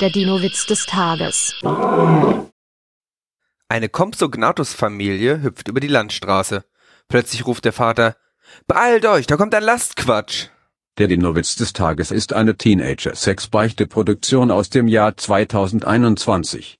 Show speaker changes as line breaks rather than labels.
Der Dino-Witz des Tages.
Eine Compsognathus-Familie hüpft über die Landstraße. Plötzlich ruft der Vater, Beeilt euch, da kommt ein Lastquatsch.
Der Dinowitz des Tages ist eine Teenager-Sex-Beichte-Produktion aus dem Jahr 2021.